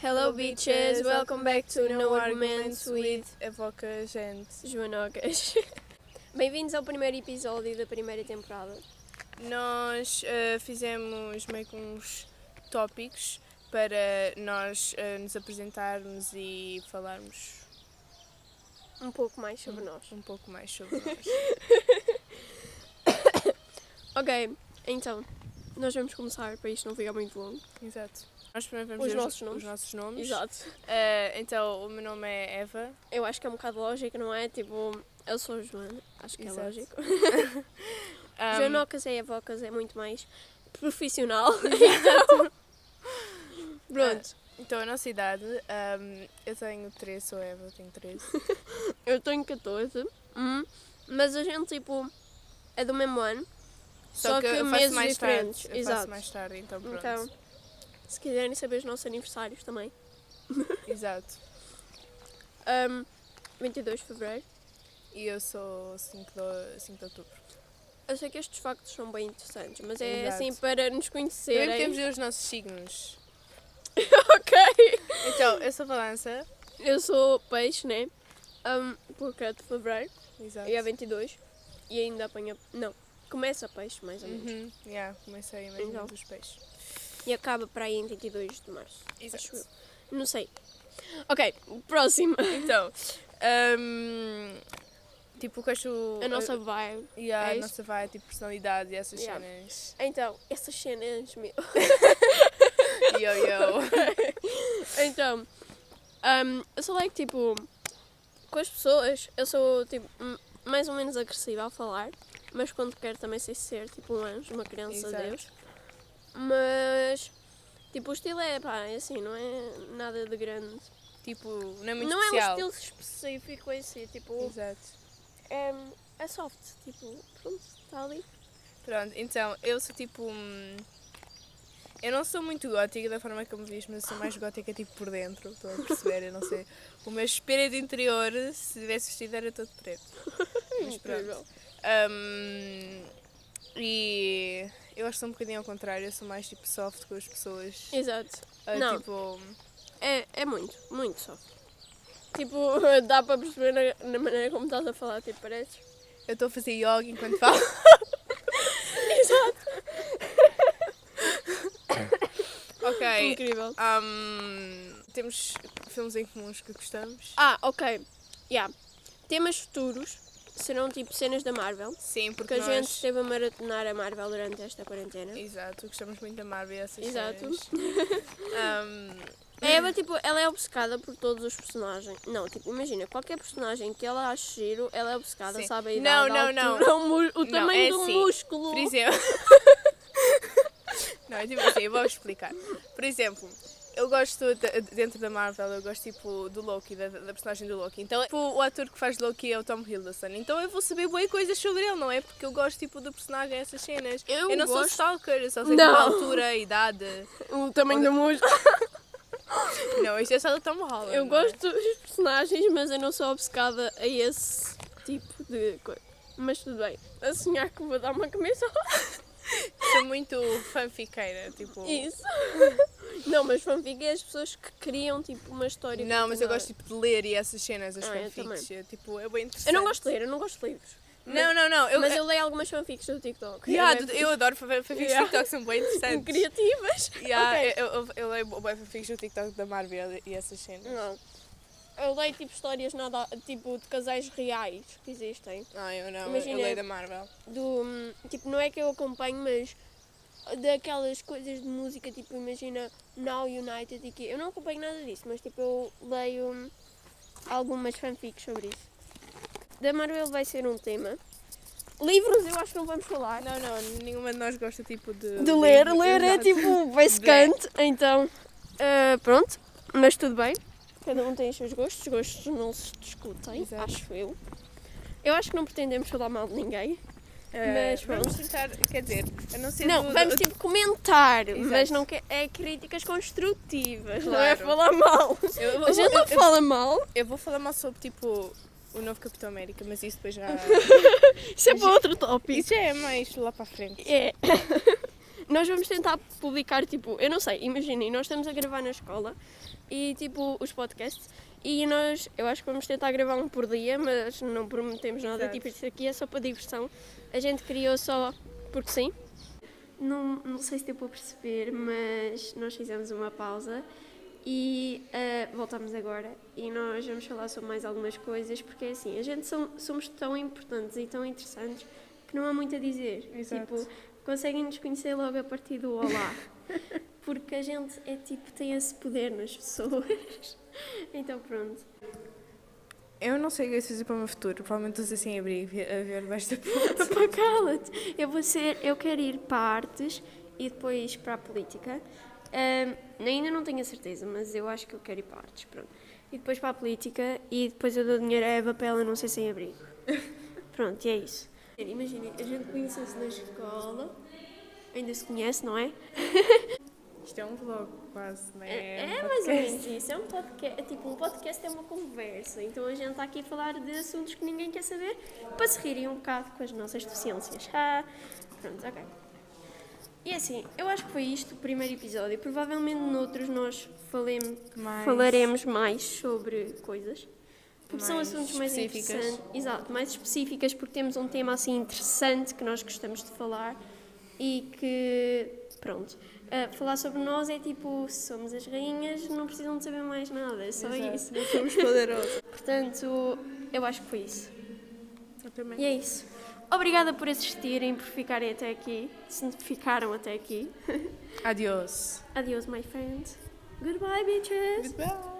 Hello bitches, welcome back to No Arguments with a pouca gente. Joanocas. Bem-vindos ao primeiro episódio da primeira temporada. Nós eh, fizemos meio que uns tópicos para nós eh, nos apresentarmos e falarmos Um pouco mais sobre nós. um pouco mais sobre nós. Ok, então, nós vamos começar para isto não ficar muito longo. Exato. Nós primeiro vamos Os dizer nossos nomes. Os nossos nomes. Exato. Eh, então, o meu nome é Eva. Eu acho que é um bocado lógico, não é? Tipo, eu sou a Joana, acho que Exato. é lógico. Ahm, Joanocas é avocas, é muito mais profissional. Exato. Pronto, então, a nossa idade, ahm, eu tenho 13, sou a Eva, tenho 13. eu tenho 14, Uhum. hum, mas a gente, tipo, é do mesmo ano. Só que eu faço meses mais diferentes, tarde. Eu exato. faço mais tarde, então pronto. Então, se quiserem saber os nossos aniversários também. Exato. Um, 22 de Fevereiro. E eu sou 5 de, 5 de outubro. Eu sei que estes factos são bem interessantes, mas é Exato. assim para nos Também conhecerem. podemos ver os nossos signos. ok! Então, eu sou balança. Eu sou peixe, né? Um, porque é de Fevereiro Exato. e é 22. E ainda apanha. Não, começa peixe mais ou menos. Uhum. Yeah, comecei a Então. imaginar os peixes. E acaba para aí em 22 de Março. Acho Exato. eu. Não sei. Ok, próximo. Então, hum, tipo, quais o... A nossa vibe. yeah, é a isso? nossa vai, tipo, personalidade e essas Yeah. cenas. Então, essas cenas, meu. Yo, yo. Então, um, eu sou like, tipo, com as pessoas, eu sou, tipo, m- mais ou menos agressiva ao falar, mas quando quero também sei ser, tipo, um anjo, uma criança de Exato. Deus. Mas, tipo, o estilo é, pá, é assim, não é nada de grande. tipo, não é muito não especial. é um estilo específico em si, tipo, Exato. é, é soft, tipo, pronto, está ali. Pronto, então, eu sou tipo... hum, eu não sou muito gótica da forma que eu me visto, mas eu sou mais gótica tipo por dentro, estou a perceber, eu não sei. O meu espírito interior, se tivesse vestido, era todo preto. Mas pronto. Incrível. Hum, e eu acho que sou um bocadinho ao contrário, eu sou mais tipo soft com as pessoas. Exato. Ah, não. Tipo, É, é muito, muito só. Tipo, dá para perceber na, na maneira como estás a falar, tipo, parece. eu estou a fazer yoga enquanto falo. ok. Incrível. hum, temos filmes em comuns que gostamos? Ah, ok. Yeah. Temas futuros serão tipo cenas da Marvel. Sim, Porque porque a nós... gente esteve a maratonar a Marvel durante esta quarentena. Exato, gostamos muito da Marvel e essas Exato. séries. Hum, A Eva, tipo, ela é obcecada por todos os personagens. Não, tipo, imagina, qualquer personagem que ela ache giro, ela é obcecada, Sim. sabe? A Não, idade, a não, não. altura, o mu- O Não, tamanho é do assim. músculo. Por exemplo. não, é tipo assim, eu vou explicar. Por exemplo, eu gosto de- dentro da Marvel, eu gosto tipo do Loki, da, da personagem do Loki. Então, tipo, o ator que faz Loki é o Tom Hiddleston. Então eu vou saber boas coisas sobre ele, não é? Porque eu gosto tipo do personagem, essas cenas. Eu não sou gosto- stalker, eu só sei Não. tipo, a altura, a idade. o tamanho do músculo. Não, isto é só do Tom Holland. Eu não é? gosto dos personagens, mas eu não sou obcecada a esse tipo de coisa. Mas tudo bem. A sonhar que vou dar uma camisa Sou muito fanfiqueira, tipo. Isso. não, mas fanfic é as pessoas que criam tipo uma história. Não, mas eu continuada. gosto tipo, de ler e essas cenas, as Ah, eu fanfics. Eu, tipo, é bem interessante. Eu não gosto de ler, eu não gosto de livros. Não, não, não. Eu, é mas eu leio algumas fanfics do TikTok. Yeah, Eu do- leio eu adoro fa- fanfics Yeah. do TikTok, são bem fanfics interessantes. criativas. Yeah, Ok. eu, eu, eu leio bem fanfics do TikTok da Marvel e essas cenas. Não. Eu leio tipo histórias nada, tipo de casais reais que existem. Ah, eu não, Imagina- eu leio da Marvel. do tipo não é que eu acompanho mas daquelas coisas de música tipo imagina Now United e que eu não acompanho nada disso mas tipo eu leio hum, algumas fanfics sobre isso da Marvel vai ser um tema livros eu acho que não vamos falar Não, não, nenhuma de nós gosta tipo de. de ler ler é tipo vai secante então ah, pronto mas tudo bem cada um tem os seus gostos os gostos não se discutem Exato. acho eu eu acho que não pretendemos falar mal de ninguém mas mas É, vamos tentar, quer dizer, a não ser. Não, do- vamos do- tipo comentar, Exato. mas não que, é críticas construtivas, não Claro. é falar mal. Eu, vou- A gente não eu- fala mal, eu vou falar mais sobre tipo o novo Capitão América, mas isso depois já. isso é para outro tópico. isso já é mais lá para a frente. É. nós vamos tentar publicar, tipo, eu não sei, imaginem, nós estamos a gravar na escola e, tipo, os podcasts. E nós, eu acho que vamos tentar gravar um por dia, mas não prometemos nada. Exato. Tipo, isso aqui é só para diversão. A gente criou só porque sim. Não, não sei se deu para perceber, mas nós fizemos uma pausa e ah, voltamos agora e nós vamos falar sobre mais algumas coisas porque é assim, a gente são- somos tão importantes e tão interessantes que não há muito a dizer. Exato. Tipo, conseguem nos conhecer logo a partir do olá. Porque a gente é tipo, tem esse poder nas pessoas. Então pronto. Eu não sei o que eu ia fazer para o meu futuro. Provavelmente estou assim a abrir, a ver basta Pá, Cala-te! Eu vou ser, eu quero ir para artes e depois para a política. Ahm, ainda não tenho a certeza, mas eu acho que eu quero ir para artes, pronto. E depois para a política e depois eu dou dinheiro à Eva para ela não ser sem abrigo. Pronto, e é isso. Imaginem, a gente conheceu-se na escola, ainda se conhece, não é? Isto é um vlog quase, não É, é? é mais ou menos isso. É um podcast. É tipo, um podcast é uma conversa. Então a gente está aqui a falar de assuntos que ninguém quer saber para se rirem um bocado com as nossas deficiências. Ah, pronto, ok. E assim, eu acho que foi isto o primeiro episódio. Provavelmente noutros nós falemos, Mais. falaremos mais sobre coisas. Porque são Mais assuntos mais específicas. interessantes. Exato, mais específicas porque temos um tema assim interessante que nós gostamos de falar e que, pronto, ah, falar sobre nós é tipo, se somos as rainhas, não precisam de saber mais nada, é só isso. Não somos poderosos. Portanto, eu acho que foi isso. Eu também. E é isso. Obrigada por assistirem, por ficarem até aqui, se ficaram até aqui. Adiós. Adiós, my friends. Goodbye, bitches. Goodbye.